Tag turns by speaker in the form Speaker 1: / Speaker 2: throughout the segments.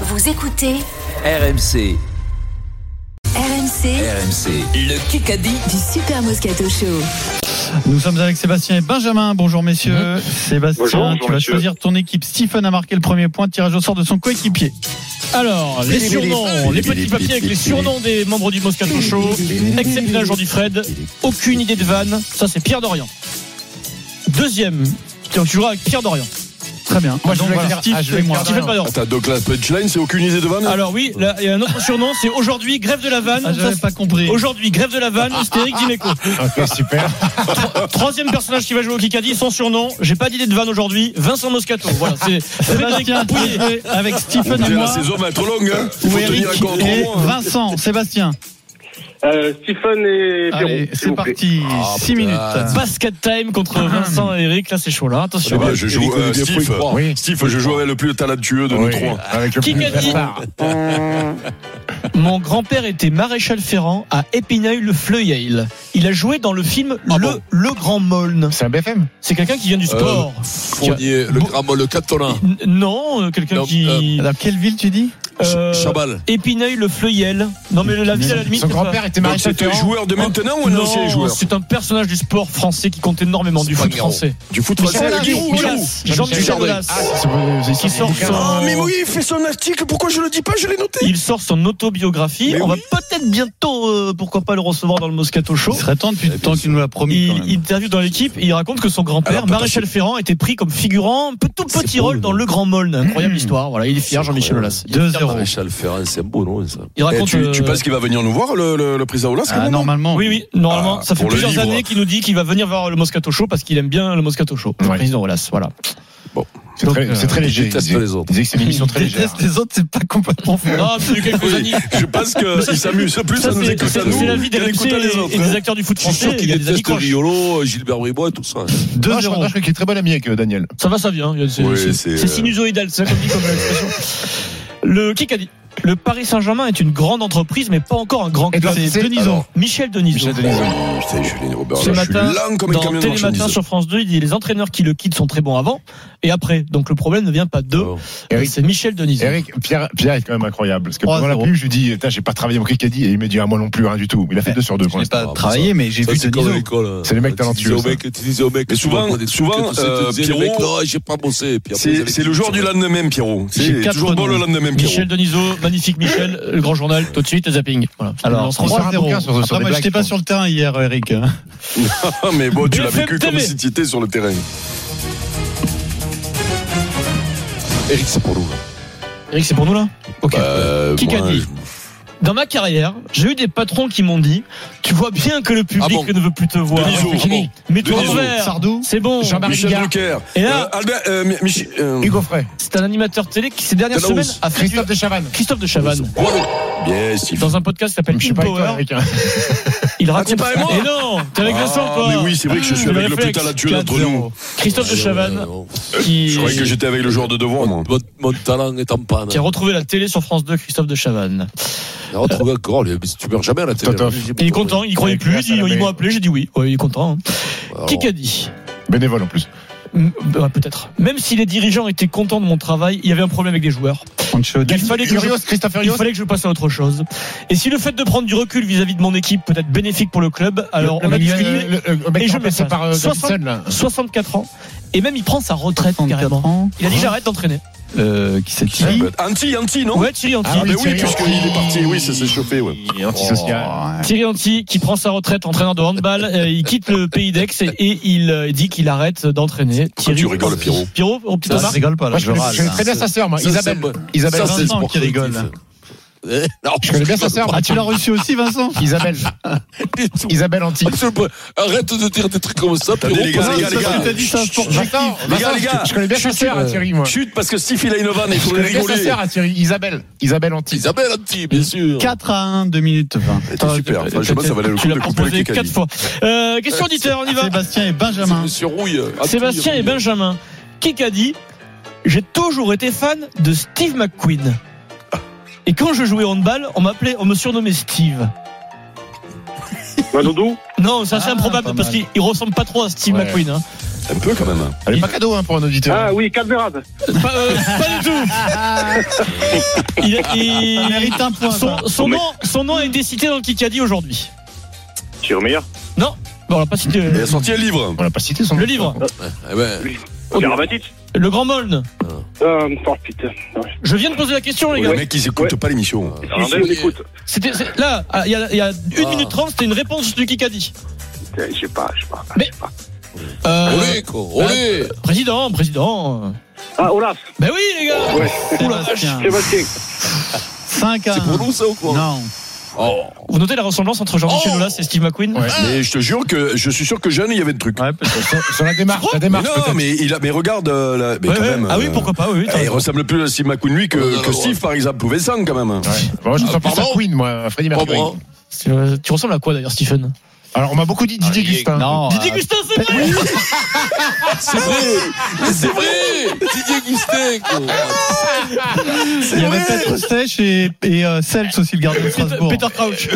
Speaker 1: Vous écoutez
Speaker 2: RMC,
Speaker 1: RMC
Speaker 2: RMC, le Kikadi.
Speaker 1: du Super Moscato Show.
Speaker 3: Nous sommes avec Sébastien et Benjamin. Bonjour messieurs. Sébastien,
Speaker 4: Bonjour, bonjour,
Speaker 3: tu vas
Speaker 4: messieurs.
Speaker 3: choisir ton équipe. Stephen a marqué le premier point. Tirage au sort de son coéquipier.
Speaker 5: Alors, les surnoms, les petits papiers avec les surnoms des membres du Moscato Show, excepté un jour du Fred, aucune idée de vanne, ça c'est Pierre Dorian. Deuxième, tu joueras avec Pierre Dorian.
Speaker 3: Très bien.
Speaker 5: Moi, je
Speaker 3: Donc,
Speaker 5: vais
Speaker 3: voilà,
Speaker 5: faire-
Speaker 3: Steve
Speaker 5: ah, je vais
Speaker 3: et moi.
Speaker 5: faire- Stephen Dorian.
Speaker 4: T'as donc la punchline, c'est aucune idée de vanne
Speaker 5: Alors oui, là, il y a un autre surnom, c'est aujourd'hui grève de la vanne.
Speaker 3: Ah, j'avais
Speaker 5: Ça,
Speaker 3: pas compris. Ah.
Speaker 5: Aujourd'hui, grève de la vanne, c'était Eric Dimeco.
Speaker 6: super.
Speaker 5: Troisième personnage qui va jouer au Kikadi, son surnom, j'ai pas d'idée de vanne aujourd'hui, Vincent Moscato. Voilà, c'est Frédéric
Speaker 3: Sébastien, tu
Speaker 5: Pouillet.
Speaker 3: vas jouer avec Stephen
Speaker 4: Déjà,
Speaker 3: et
Speaker 4: la
Speaker 3: moi.
Speaker 4: saison va être longue, hein Il
Speaker 3: Ou
Speaker 4: faut
Speaker 3: Eric
Speaker 4: tenir encore trois
Speaker 3: et
Speaker 4: mois. hein.
Speaker 3: Vincent. Sébastien.
Speaker 7: Euh, Stephen et Pierrot.
Speaker 3: Allez,
Speaker 7: s'il
Speaker 3: c'est
Speaker 7: vous plaît. Ah,
Speaker 3: parti. 6 minutes.
Speaker 5: Basket time contre Vincent et Eric, là c'est chaud là,
Speaker 4: Eh
Speaker 5: attention.
Speaker 4: ben, je joue, euh, Steve,
Speaker 6: Oui.
Speaker 4: Steve, je joue avec le plus talentueux de nous trois.
Speaker 6: Avec le hein.
Speaker 5: Qui
Speaker 6: plus
Speaker 5: qu'a dit
Speaker 6: bâtard.
Speaker 5: Mon grand-père était maréchal ferrant à Épinal-le-Fleuil. Il a joué dans le film
Speaker 7: Ah
Speaker 5: Le, le Grand Molne.
Speaker 6: C'est un BFM
Speaker 5: C'est quelqu'un qui vient du sport.
Speaker 4: Euh, Fournier, le Gramol, le Catalan,
Speaker 5: N- Non, euh, quelqu'un
Speaker 4: Non,
Speaker 5: qui.
Speaker 3: Dans quelle ville tu dis
Speaker 5: euh,
Speaker 4: Chabal.
Speaker 5: Épinal-le-Fleuil. Non, mais la ville à la limite.
Speaker 6: Son
Speaker 5: c'est pas-
Speaker 6: grand-père était
Speaker 4: Donc
Speaker 6: maréchal
Speaker 4: c'est un
Speaker 6: ferrant.
Speaker 4: joueur de maintenant ou un ancien
Speaker 5: Non,
Speaker 4: joueur
Speaker 5: c'est un personnage du sport français qui compte énormément du
Speaker 4: pas
Speaker 5: foot
Speaker 4: Guiraud.
Speaker 5: français.
Speaker 4: Du foot français
Speaker 5: Jean-Michel
Speaker 4: Giroud, Giroud.
Speaker 5: Aulas. Jean-Michel
Speaker 4: Dujardin.
Speaker 5: Aulas.
Speaker 6: Ah, c'est- c'est- c'est-
Speaker 5: Qui sort
Speaker 6: c'est-
Speaker 5: son-
Speaker 4: Ah, mais oui, il fait son article, pourquoi je le dis pas Je l'ai noté
Speaker 5: Il sort son autobiographie.
Speaker 4: Mais
Speaker 5: On va peut-être bientôt, euh, pourquoi pas, le recevoir dans le Moscato Show.
Speaker 3: Il serait temps depuis le temps qu'il nous l'a promis. quand
Speaker 5: Il
Speaker 3: même.
Speaker 5: il interviewe dans l'équipe et il raconte que son grand-père,
Speaker 4: Alors,
Speaker 5: maréchal Ferrand, était pris comme figurant, un peu- tout petit rôle dans Le Grand Molne. Incroyable histoire. Voilà, il est fier, Jean-Michel Aulas. Il est fier
Speaker 3: 2-0.
Speaker 5: de ça.
Speaker 4: Ferrand, c'est beau, non ça
Speaker 5: Il raconte.
Speaker 4: Eh, tu, tu
Speaker 5: euh,
Speaker 4: penses qu'il va venir nous voir, le, le, le président Oulas
Speaker 3: Ah, normalement.
Speaker 5: Oui, oui, normalement,
Speaker 4: Ah,
Speaker 5: ça fait
Speaker 4: pour le
Speaker 5: plusieurs
Speaker 4: livre.
Speaker 5: années qu'il nous dit qu'il va venir voir le Moscato Show parce qu'il aime bien le Moscato Show. Le
Speaker 6: Ouais.
Speaker 5: président Aulas, voilà.
Speaker 6: C'est très- c'est très léger.
Speaker 4: déteste
Speaker 6: Il disait-
Speaker 4: les autres.
Speaker 6: il disait que c'est une émission très légère.
Speaker 3: Déteste les autres, c'est pas complètement faux.
Speaker 5: Non, depuis quelques années.
Speaker 4: Je pense qu'il s'amuse plus
Speaker 5: Ça,
Speaker 4: à nous
Speaker 5: c'est
Speaker 4: écouter à
Speaker 5: c'est-
Speaker 4: nous
Speaker 5: c'est la vie des
Speaker 4: qu'à
Speaker 5: RMC
Speaker 4: écouter à les autres.
Speaker 5: et, et des acteurs du foot
Speaker 4: Je suis
Speaker 5: français.
Speaker 4: sûr
Speaker 5: Il
Speaker 4: qu'il
Speaker 5: y a des
Speaker 4: déteste
Speaker 5: amis proches.
Speaker 4: Riolo, Gilbert Bribois et tout ça.
Speaker 6: Ah, je
Speaker 3: 2-0.
Speaker 6: crois qu'il est très bon ami avec euh, Daniel.
Speaker 5: Ça va, ça vient. Il y a- C'est
Speaker 4: Oui,
Speaker 5: c'est-
Speaker 4: c'est,
Speaker 5: c'est
Speaker 4: euh,
Speaker 5: sinusoïdal, c'est ça qu'on dit comme expression. Le Kikadi. Le Paris Saint-Germain est une grande entreprise, mais pas encore un grand club.
Speaker 6: Edouard Cissé.
Speaker 5: Denison.
Speaker 4: Alors.
Speaker 5: Michel Denison.
Speaker 6: Michel Denisot.
Speaker 4: Oh, Putain, Julien Robert,
Speaker 5: Ce
Speaker 4: là, je suis
Speaker 5: matin,
Speaker 4: lent comme un
Speaker 5: dans
Speaker 4: camion de
Speaker 5: Télématin
Speaker 4: marchandises.
Speaker 5: sur France 2, il dit les entraîneurs qui le quittent sont très bons avant et après. Donc le problème ne vient pas d'eux, Euh,
Speaker 4: Oh.
Speaker 6: Eric.
Speaker 5: c'est Michel Denisot.
Speaker 6: Eric, Pierre, Pierre est quand même incroyable. Parce que pendant la
Speaker 3: 3-0.
Speaker 6: pub, je lui dis, Putain, j'ai pas travaillé mon Kikadi. Et il me dit, ah, moi non plus, rien du tout. Il a fait
Speaker 5: Eh,
Speaker 6: 2 sur 2
Speaker 3: Je n'ai pas
Speaker 4: Ah,
Speaker 3: travaillé, mais j'ai
Speaker 8: Ça,
Speaker 3: vu
Speaker 8: c'est comme à
Speaker 3: Denisot.
Speaker 8: l'école, hein.
Speaker 6: C'est les mecs
Speaker 8: Tu disais
Speaker 6: talentueux,
Speaker 8: aux
Speaker 6: ça.
Speaker 8: mecs- tu disais aux mecs,
Speaker 4: Mais
Speaker 8: tu
Speaker 4: souvent,
Speaker 8: vois, des trucs
Speaker 4: souvent,
Speaker 8: et tout ça,
Speaker 4: euh,
Speaker 8: tu disais, les
Speaker 4: Pierrot-
Speaker 8: mecs, là, j'ai pas bossé. Puis après, vous
Speaker 4: C'est
Speaker 8: allez
Speaker 4: c'est le jour du
Speaker 8: dire,
Speaker 4: lendemain, Pierrot.
Speaker 5: J'ai
Speaker 4: C'est
Speaker 5: quatre
Speaker 4: toujours bon
Speaker 5: noms.
Speaker 4: le lendemain, Pierrot.
Speaker 5: Michel Denisot, magnifique Michel, le grand journal, tout de suite, le zapping. Voilà.
Speaker 3: Alors,
Speaker 5: Je te lance.
Speaker 6: sort un bouquin
Speaker 3: 3-0.
Speaker 6: sur- sur
Speaker 3: Après,
Speaker 6: des
Speaker 3: moi,
Speaker 6: blagues,
Speaker 3: j'étais
Speaker 6: je
Speaker 3: pas
Speaker 6: pense.
Speaker 3: sur le terrain hier, Eric.
Speaker 4: Ah, mais bon, tu l'as
Speaker 5: BFM
Speaker 4: vécu comme
Speaker 5: TV.
Speaker 4: si tu étais sur le terrain. Eric, c'est pour nous.
Speaker 5: Eric, c'est pour nous là Ok.
Speaker 4: Euh,
Speaker 5: Qui
Speaker 4: moi,
Speaker 5: qu'a dit
Speaker 4: je-
Speaker 5: Dans ma carrière, j'ai eu des patrons qui m'ont dit Tu vois bien que le public
Speaker 8: Ah bon
Speaker 5: ne veut plus te voir.
Speaker 4: Denisot,
Speaker 5: Mais
Speaker 4: ah bon.
Speaker 5: Mets-toi
Speaker 4: Denisot.
Speaker 5: ouvert.
Speaker 3: Sardou.
Speaker 5: C'est bon.
Speaker 6: Jean-Marie
Speaker 4: Michel
Speaker 6: Bigard.
Speaker 4: Drucker.
Speaker 5: Et
Speaker 4: Euh,
Speaker 5: là,
Speaker 4: Albert, euh, Mi- Michi- euh,
Speaker 6: Hugo Frey,
Speaker 5: c'est un animateur télé qui, ces dernières
Speaker 4: Talaus.
Speaker 5: semaines, a fait du-
Speaker 6: Christophe de Chavannes.
Speaker 5: Christophe de Chavannes.
Speaker 4: Boileau. Yes, il
Speaker 5: Dans un podcast qui s'appelle
Speaker 6: Je suis
Speaker 5: In
Speaker 6: pas avec toi,
Speaker 5: Power,
Speaker 6: Eric. hein.
Speaker 5: il
Speaker 4: Ah, t'es
Speaker 5: raconte.
Speaker 4: pas avec moi
Speaker 5: Et non, t'es avec Vincent,
Speaker 4: Ah,
Speaker 5: toi.
Speaker 4: Mais oui, c'est vrai que je suis
Speaker 5: Le
Speaker 4: avec le plus
Speaker 5: réflexe,
Speaker 4: talentueux d'entre
Speaker 5: 4-0.
Speaker 4: nous. Ah,
Speaker 5: Christophe de Chavannes,
Speaker 8: euh,
Speaker 5: qui,
Speaker 4: Je croyais que j'étais avec le joueur de devoir, moi.
Speaker 8: Mon, mon talent est en panne.
Speaker 5: qui a retrouvé la télé sur France 2, Christophe de Chavannes.
Speaker 8: Il a retrouvé encore, lui, mais tu meurs jamais à la télé.
Speaker 6: Totof.
Speaker 5: Il est content, il croyait plus, il dit, ils m'ont appelé, j'ai dit oui. Ouais, il est content. hein.
Speaker 8: Alors,
Speaker 5: Qui qu'a dit
Speaker 6: Bénévole en plus.
Speaker 5: Mm, bah, Peut-être. Même si les dirigeants étaient contents de mon travail, il y avait un problème avec les joueurs. Il fallait que je
Speaker 6: Urios, Christophe
Speaker 5: Il
Speaker 6: Urios.
Speaker 5: fallait que je passe à autre chose. Et si le fait de prendre du recul vis-à-vis de mon équipe peut être bénéfique pour le club, alors
Speaker 6: Le
Speaker 5: on a
Speaker 6: mec,
Speaker 5: discuté
Speaker 6: euh,
Speaker 5: Et
Speaker 6: le- le mec qui
Speaker 5: je
Speaker 6: est remplacé
Speaker 5: mets ça.
Speaker 6: par euh,
Speaker 5: 60.
Speaker 6: Davidson, là.
Speaker 5: 64 ans, et même il prend sa retraite carrément.
Speaker 3: ans.
Speaker 5: Il a dit j'arrête d'entraîner.
Speaker 3: Euh, qui c'est
Speaker 4: Ah,
Speaker 3: Tilly
Speaker 4: bah, Anti, anti, non
Speaker 5: Ouais, Thierry Anti.
Speaker 6: Ah
Speaker 4: Mais
Speaker 6: oui,
Speaker 4: oui,
Speaker 6: Thierry
Speaker 4: puisqu'il est parti, oui, ça s'est chauffé, ouais.
Speaker 6: Il est antisocial.
Speaker 5: Thierry Anti qui prend sa retraite entraîneur de handball, euh, il quitte le pays d'Aix et, et il euh, dit qu'il arrête d'entraîner.
Speaker 4: Pourquoi
Speaker 5: Thierry
Speaker 4: Ah, tu rigoles, Pierrot
Speaker 5: Pierrot, oh, petite
Speaker 3: Ça, je
Speaker 5: remarque.
Speaker 3: rigole pas, là,
Speaker 6: Moi, je
Speaker 3: je
Speaker 6: connais,
Speaker 3: râle.
Speaker 6: je connais très bien sa sœur, moi.
Speaker 8: Ça,
Speaker 6: Ah, Isabelle.
Speaker 8: c'est-
Speaker 6: Isabelle.
Speaker 8: ça,
Speaker 3: Vincent qui
Speaker 8: sportif.
Speaker 3: rigole.
Speaker 8: Eh, alors,
Speaker 6: Je connais bien sa sœur.
Speaker 3: Ah, tu l'as reçu aussi, Vincent
Speaker 6: Isabelle. Isabelle Anti.
Speaker 4: Ah,
Speaker 8: Arrête de dire des trucs comme ça.
Speaker 4: Attendez,
Speaker 8: Pierrot,
Speaker 4: les gars,
Speaker 8: parce
Speaker 4: les
Speaker 8: que
Speaker 4: gars, les
Speaker 8: ça,
Speaker 4: gars.
Speaker 3: T'as dit ça sport.
Speaker 6: Vincent,
Speaker 4: Les gars, les
Speaker 6: Vincent,
Speaker 4: gars.
Speaker 6: je- je connais bien sa sœur à Thierry, moi.
Speaker 4: Chute, parce que Steve, il a une vanne, il
Speaker 6: Je
Speaker 4: faut
Speaker 6: connais bien sa
Speaker 4: rigoler.
Speaker 6: sœur à Thierry. Isabelle. Isabelle Anti.
Speaker 8: Isabelle Anti, bien sûr.
Speaker 3: 4 à 1, 2 minutes 20.
Speaker 4: C'était super. Enfin, je sais pas, ça valait le coup
Speaker 5: Tu l'as
Speaker 4: de couper le
Speaker 5: proposé
Speaker 4: Kikadi.
Speaker 5: quatre fois. Euh, question auditeur, on y
Speaker 4: Ah,
Speaker 5: va.
Speaker 3: Sébastien et
Speaker 8: C'est
Speaker 3: Benjamin.
Speaker 8: Monsieur Rouille.
Speaker 4: euh,
Speaker 8: Anti,
Speaker 5: Sébastien et
Speaker 8: Rouille.
Speaker 5: Benjamin, qui qu'a dit J'ai toujours été fan de Steve McQueen. Et quand je jouais au handball, on m'appelait, on me surnommait Steve.
Speaker 7: Madoudou
Speaker 5: Non, ça c'est
Speaker 3: Ah,
Speaker 5: improbable
Speaker 3: pas
Speaker 5: parce
Speaker 3: mal.
Speaker 5: qu'il il ressemble pas trop à Steve
Speaker 6: Ouais.
Speaker 5: McQueen. hein.
Speaker 4: Un peu quand même.
Speaker 6: Elle est pas cadeau hein, pour un
Speaker 3: Euh.
Speaker 6: auditeur.
Speaker 7: Ah oui, Calverade.
Speaker 5: Pas, euh, pas du tout. Il,
Speaker 3: Il
Speaker 5: il-
Speaker 3: mérite un point. ça.
Speaker 5: son, son nom, son nom a été cité dans le Kikadi aujourd'hui.
Speaker 7: Thierry Meyer.
Speaker 5: Bon, on l'a pas cité.
Speaker 4: Il a sorti un livre.
Speaker 6: On l'a pas cité son
Speaker 5: Le
Speaker 6: nom.
Speaker 5: livre,
Speaker 8: Eh ben,
Speaker 7: Karabatic.
Speaker 5: le grand Moln.
Speaker 7: Euh, oh putain.
Speaker 5: Je viens de poser la question, les gars.
Speaker 4: Le mec, ils écoutent pas l'émission.
Speaker 7: Si, si, on écoute.
Speaker 5: C'était c'est- là, ah, il y a, il y a une
Speaker 8: Ah.
Speaker 5: minute trente, c'était une réponse du Kikadi.
Speaker 7: Je sais pas, je sais pas.
Speaker 5: Mais- Euh,
Speaker 8: olé, quoi, olé.
Speaker 5: président, président.
Speaker 7: Ah, Olaf.
Speaker 5: Ben oui, les gars.
Speaker 7: Ouais.
Speaker 5: Oula,
Speaker 3: Sébastien.
Speaker 7: Sébastien.
Speaker 3: 5 à
Speaker 8: C'est pour
Speaker 3: 1.
Speaker 8: nous, ça, ou quoi
Speaker 3: Non.
Speaker 8: Oh.
Speaker 5: Vous notez la ressemblance entre Jean-Michel
Speaker 8: Oh.
Speaker 5: Aulas et Steve McQueen
Speaker 4: Mais je te jure que je suis sûr que Jeanne, il y avait le truc.
Speaker 3: Ouais, peut-être.
Speaker 6: Sur- Sur la démarche, la
Speaker 4: Mais
Speaker 6: démarche.
Speaker 4: non,
Speaker 6: peut-être.
Speaker 4: mais, il a, mais regarde, euh, la- mais
Speaker 5: Ouais,
Speaker 4: quand
Speaker 5: ouais.
Speaker 4: même.
Speaker 5: Ah oui,
Speaker 4: euh,
Speaker 5: pourquoi pas, oui, oui, t'as
Speaker 4: eh, il
Speaker 5: raison.
Speaker 4: ressemble plus à Steve McQueen, lui, que,
Speaker 8: Non, non,
Speaker 4: que
Speaker 8: non,
Speaker 4: Steve, par exemple, pouvait sang quand même.
Speaker 6: Ouais. Moi, je me
Speaker 8: Ah,
Speaker 6: sens plus à
Speaker 8: pardon
Speaker 6: Queen, moi, à Freddie Mercury.
Speaker 8: Pardon.
Speaker 5: C'est vrai. Tu ressembles à quoi d'ailleurs, Stephen
Speaker 6: Alors, on m'a beaucoup dit Didier
Speaker 8: Ah, il est-
Speaker 6: Gustin.
Speaker 3: Non.
Speaker 5: Didier
Speaker 3: euh,
Speaker 5: Gustin, c'est vrai
Speaker 8: C'est vrai Mais c'est vrai Didier Gustin, quoi.
Speaker 3: Il y avait Petre Stech et, et euh, Seltz aussi, le gardien de Strasbourg.
Speaker 5: Peter Crouch.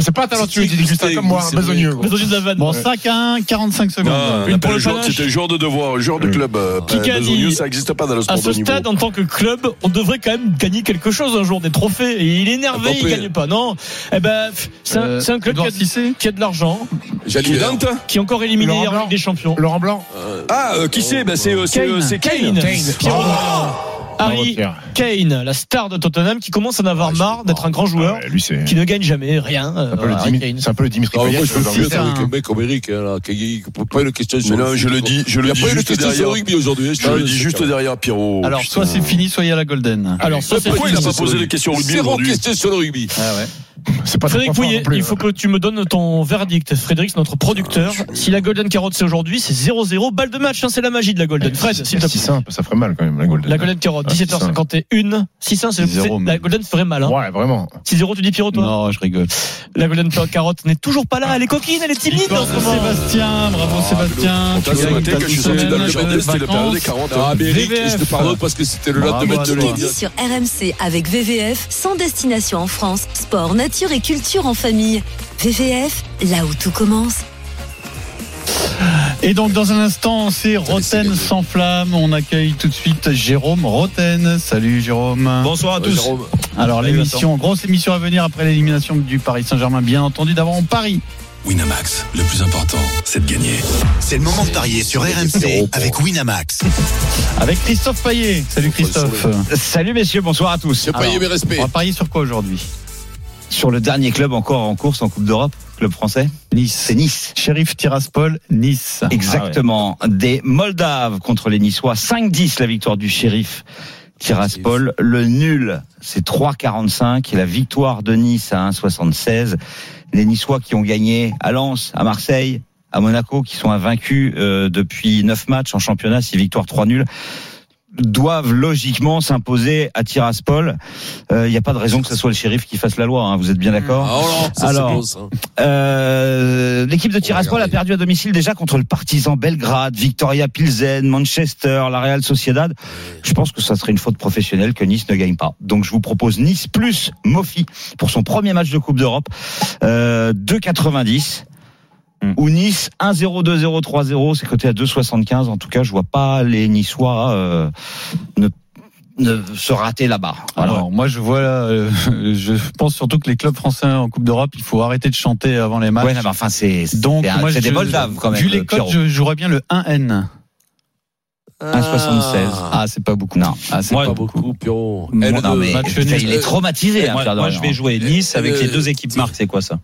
Speaker 6: C'est pas talentueux,
Speaker 8: Didier
Speaker 6: Didier Gustin,
Speaker 8: Gustin,
Speaker 6: comme moi,
Speaker 8: c'est vrai,
Speaker 6: besogneux.
Speaker 8: quoi.
Speaker 5: Les yeux de la vanne.
Speaker 3: Bon, 5 à 1, 45 secondes.
Speaker 8: Ah,
Speaker 5: Une
Speaker 4: Ah, C'était
Speaker 5: pour
Speaker 4: un
Speaker 5: le
Speaker 4: joueur
Speaker 5: panache.
Speaker 4: c'était un joueur de devoir, un
Speaker 8: Mm.
Speaker 4: joueur de club. euh,
Speaker 5: Qui qu'a
Speaker 4: besogneux,
Speaker 5: dit
Speaker 4: ça n'existe pas dans le sport
Speaker 5: À
Speaker 4: de
Speaker 5: ce
Speaker 4: niveau.
Speaker 5: stade, en tant que club, on devrait quand même gagner quelque chose un jour, des trophées. Et il est énervé,
Speaker 8: Un
Speaker 5: il
Speaker 8: trophée.
Speaker 5: gagne pas. Non, eh ben, pff, c'est un,
Speaker 3: Euh,
Speaker 5: c'est un club qui a,
Speaker 3: Edouard Cissé
Speaker 5: qui a de l'argent,
Speaker 4: Qui est Dante
Speaker 5: qui est encore éliminé
Speaker 6: Laurent
Speaker 5: hier en
Speaker 6: Blanc.
Speaker 5: Ligue des Champions.
Speaker 6: Laurent Blanc.
Speaker 4: Ah, euh, qui c'est Bah, C'est euh, c'est, euh, c'est Kane.
Speaker 5: Kane, Pierrot.
Speaker 6: Bravo,
Speaker 5: Harry
Speaker 6: Pierre.
Speaker 5: Kane, la star de Tottenham, qui commence à en avoir
Speaker 6: Ah, je-
Speaker 5: marre d'être un grand joueur,
Speaker 6: Ah ouais, lui, c'est
Speaker 5: qui ne gagne jamais rien. euh,
Speaker 6: c'est un peu le
Speaker 5: Harry
Speaker 6: Dimi-
Speaker 5: Kane.
Speaker 6: c'est un peu le Dimitri
Speaker 8: Ah, moi,
Speaker 6: Payet.
Speaker 8: je me
Speaker 6: dans le-
Speaker 8: fuse avec
Speaker 3: Gustin.
Speaker 8: un mec comme Eric, hein, là, qui qui- pas une question sur
Speaker 4: Mais
Speaker 8: le
Speaker 4: non, je le dis, je
Speaker 8: Il
Speaker 4: le
Speaker 8: n'y a
Speaker 4: dis
Speaker 8: pas une
Speaker 4: juste
Speaker 8: question sur
Speaker 4: derrière.
Speaker 8: le rugby aujourd'hui. hein,
Speaker 4: Je le dis juste derrière Pierrot.
Speaker 3: Alors,
Speaker 4: Putain.
Speaker 3: soit c'est fini, soit il y a la Golden.
Speaker 5: Alors, ça, c'est
Speaker 4: Pourquoi il n'a pas posé les questions au rugby
Speaker 8: Zéro
Speaker 4: aujourd'hui
Speaker 8: question sur le rugby.
Speaker 3: Ah ouais.
Speaker 6: C'est pas très
Speaker 5: Frédéric
Speaker 6: profond non
Speaker 5: Pouillet,
Speaker 6: plus. euh
Speaker 5: il faut que tu me donnes ton verdict. Frédéric, c'est notre producteur.
Speaker 6: Ah,
Speaker 5: Si la Golden Carotte c'est aujourd'hui, c'est 0-0. Balle de match, hein, c'est la magie de la Golden. Fred, s'il te
Speaker 6: Si
Speaker 5: plaît.
Speaker 6: simple, ça ferait mal quand même, la Golden.
Speaker 5: La Golden Carotte,
Speaker 6: Ah,
Speaker 5: 17h51. 6-1, c'est- c'est-
Speaker 3: Zéro, mais-
Speaker 5: la Golden ferait mal. Hein.
Speaker 6: Ouais, vraiment.
Speaker 5: 6-0, tu dis Pierrot, toi
Speaker 3: Non, je rigole.
Speaker 5: La Golden Carotte n'est toujours pas là. Elle est coquine, elle est timide en ce
Speaker 3: Bravo
Speaker 5: moment.
Speaker 3: Sébastien, bravo Sébastien.
Speaker 4: Putain, ce matin, quand
Speaker 3: gagnes
Speaker 4: je suis
Speaker 3: ta
Speaker 4: sorti dans le
Speaker 3: semaine
Speaker 4: jardin,
Speaker 3: de
Speaker 4: c'était la période des hein.
Speaker 3: vacances.
Speaker 4: 40.
Speaker 8: Ah, mais Eric,
Speaker 3: VVF.
Speaker 8: je te pardon parce que c'était le
Speaker 3: Bravo
Speaker 8: lendemain
Speaker 3: à
Speaker 8: de
Speaker 3: toi.
Speaker 8: l'Olympique.
Speaker 1: sur RMC avec VVF, sans destination en France, sport, nature et culture en famille. VVF, là où tout commence.
Speaker 3: Et donc, dans un instant, c'est Roten sans flamme. On accueille tout de suite Jérôme Roten. Salut Jérôme.
Speaker 5: Bonsoir à
Speaker 8: Ouais, Jérôme.
Speaker 3: Alors
Speaker 5: Salut,
Speaker 3: l'émission, grosse émission à venir après l'élimination du Paris Saint-Germain, bien entendu. D'abord on parie.
Speaker 9: Winamax, le plus important, c'est de gagner. C'est le moment de parier sur RMC avec Winamax.
Speaker 3: avec Christophe Payet. Salut Christophe.
Speaker 10: Salut messieurs, bonsoir à tous.
Speaker 8: Je payais mes respects.
Speaker 3: On va parier sur quoi aujourd'hui
Speaker 10: Sur le dernier club encore en course en Coupe d'Europe, club français,
Speaker 3: Nice.
Speaker 10: c'est Nice. Ah
Speaker 3: Sheriff Tiraspol, Nice.
Speaker 10: Exactement. Des Moldaves contre les Niçois. 5-10 la victoire du shérif Tiraspol. Le nul, c'est 3-45. Et la victoire de Nice à 1-76. Les Niçois qui ont gagné à Lens, à Marseille, à Monaco, qui sont invaincus euh, depuis 9 matchs en championnat, 6 victoires, 3 nuls doivent logiquement s'imposer à Tiraspol. Euh, Il n'y a pas de raison que ce soit le shérif qui fasse la loi, hein, vous êtes bien d'accord
Speaker 8: Ah, oh non, ça c'est
Speaker 10: Alors,
Speaker 8: bon, ça.
Speaker 10: euh, l'équipe de Tiraspol a perdu à domicile déjà contre le Partizan Belgrade, Victoria Pilsen, Manchester, la Real Sociedad. Je pense que ça serait une faute professionnelle que Nice ne gagne pas. Donc je vous propose Nice plus Mofi pour son premier match de Coupe d'Europe, euh, 2,90.
Speaker 3: Hmm.
Speaker 10: Ou Nice 1-0, 2-0, 3-0, c'est coté à 2,75. En tout cas, je vois pas les Niçois euh, ne, ne se rater là-bas. Voilà.
Speaker 3: Alors moi je vois, euh, je pense surtout que les clubs français en Coupe d'Europe, il faut arrêter de chanter avant les matchs.
Speaker 10: Ouais, non, mais enfin, c'est c'est
Speaker 3: donc
Speaker 10: un-
Speaker 3: moi
Speaker 10: c'est des
Speaker 3: je-
Speaker 10: Moldaves quand même.
Speaker 3: Vu les
Speaker 10: Pierrot.
Speaker 3: codes, je jouerais bien le 1N.
Speaker 10: 1,76.
Speaker 3: Ah, c'est pas beaucoup.
Speaker 10: Non.
Speaker 3: Ah, c'est
Speaker 8: Moi,
Speaker 3: pas beaucoup.
Speaker 8: beaucoup, Pierrot.
Speaker 3: Non,
Speaker 8: L2.
Speaker 10: Non, mais
Speaker 3: match
Speaker 10: putain,
Speaker 3: nul.
Speaker 10: il est traumatisé. hein, Pierre Dorian.
Speaker 5: jouer
Speaker 8: Nice avec les deux
Speaker 5: équipes marques, c'est quoi ça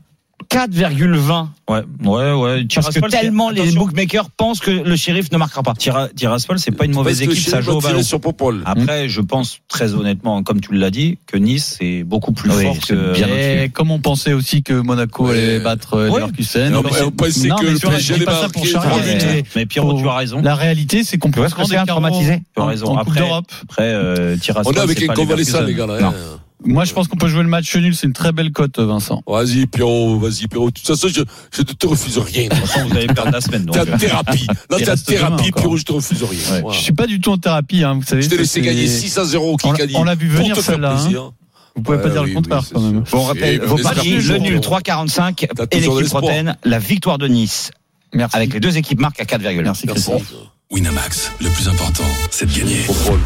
Speaker 10: 4,20.
Speaker 5: Ouais, ouais, ouais.
Speaker 10: Parce que tellement les bookmakers pensent que le shérif ne marquera pas.
Speaker 5: Tiraspol, c'est pas une
Speaker 8: Parce que Chirac va tirer sur Popol.
Speaker 5: Après, je pense très honnêtement, comme tu l'as dit, que Nice est beaucoup plus
Speaker 10: Oui, fort c'est que- bien
Speaker 3: Et Eh, comme on pensait aussi que Monaco
Speaker 8: Ouais.
Speaker 3: allait battre euh,
Speaker 5: Ouais.
Speaker 3: Leverkusen.
Speaker 8: Et on- et on
Speaker 3: Non, mais c'est-
Speaker 8: pensait
Speaker 3: non,
Speaker 8: que
Speaker 3: mais
Speaker 8: le
Speaker 3: tu vois, je
Speaker 8: PSG
Speaker 3: dis
Speaker 8: allait
Speaker 3: pas ça
Speaker 8: marquer.
Speaker 3: pour charrier,
Speaker 10: Ouais.
Speaker 3: mais
Speaker 5: Mais
Speaker 3: Pierrot, tu as
Speaker 5: raison.
Speaker 3: La réalité, c'est qu'on
Speaker 10: Tu
Speaker 3: peut
Speaker 10: vois ce que
Speaker 3: prendre
Speaker 10: c'est
Speaker 3: des
Speaker 10: un
Speaker 3: carreaux
Speaker 10: traumatisé
Speaker 5: Tu as
Speaker 3: en,
Speaker 5: raison.
Speaker 3: en Coupe
Speaker 5: Après-
Speaker 3: d'Europe.
Speaker 5: Après, euh,
Speaker 3: Ah,
Speaker 8: On
Speaker 5: Tiraspol,
Speaker 8: est avec
Speaker 5: c'est
Speaker 8: un
Speaker 5: pas
Speaker 8: convalescent, les
Speaker 5: Leverkusen.
Speaker 8: gars, là.
Speaker 10: Non.
Speaker 8: hein.
Speaker 3: Moi, je pense qu'on peut jouer le match nul. C'est une très belle cote, Vincent.
Speaker 8: Vas-y, Pierrot, vas-y, Pierrot. De toute façon, je, je ne te refuse rien.
Speaker 5: Vous allez perdre la semaine. donc.
Speaker 8: T'es en thérapie. Là,
Speaker 3: euh, Il
Speaker 8: t'es en
Speaker 3: reste demain
Speaker 8: thérapie,
Speaker 3: encore.
Speaker 8: Pierrot, je te refuse rien. Voilà.
Speaker 3: Je suis pas du tout en thérapie, hein, vous savez.
Speaker 8: Je t'ai
Speaker 3: ça,
Speaker 8: laissé
Speaker 3: c'est-
Speaker 8: gagner 6 à 0 au
Speaker 3: On l'a-
Speaker 8: Kikadi.
Speaker 3: on l'a vu venir,
Speaker 8: Pour te faire
Speaker 3: celle-là, hein.
Speaker 8: plaisir.
Speaker 3: Vous pouvez pas
Speaker 8: Ouais,
Speaker 3: dire
Speaker 8: oui,
Speaker 3: le contraire
Speaker 8: oui,
Speaker 3: quand
Speaker 8: c'est sûr.
Speaker 3: même.
Speaker 8: Eh,
Speaker 10: Bon, on rappelle
Speaker 8: Et
Speaker 10: vos
Speaker 8: on espère
Speaker 10: paris,
Speaker 8: toujours,
Speaker 10: le nul
Speaker 8: Pierrot.
Speaker 10: 3,45
Speaker 8: T'as
Speaker 10: et
Speaker 8: toujours de
Speaker 10: l'équipe
Speaker 8: l'espoir.
Speaker 10: rotaine, la victoire de Nice.
Speaker 4: Merci.
Speaker 10: avec les deux équipes marquent à 4,1.
Speaker 4: Merci Christophe.
Speaker 3: Winamax, le plus important, c'est de gagner.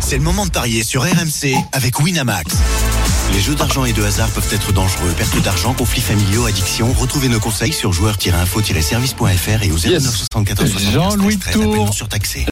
Speaker 3: C'est le moment de parier sur RMC avec Winamax. Les jeux d'argent et de hasard peuvent être dangereux. Perte d'argent, conflits familiaux, addiction. Retrouvez nos conseils sur joueurs-info-service.fr et au 09 74 75 13
Speaker 4: Jean-Louis
Speaker 3: 13. Appel non
Speaker 4: Tour.
Speaker 3: surtaxé.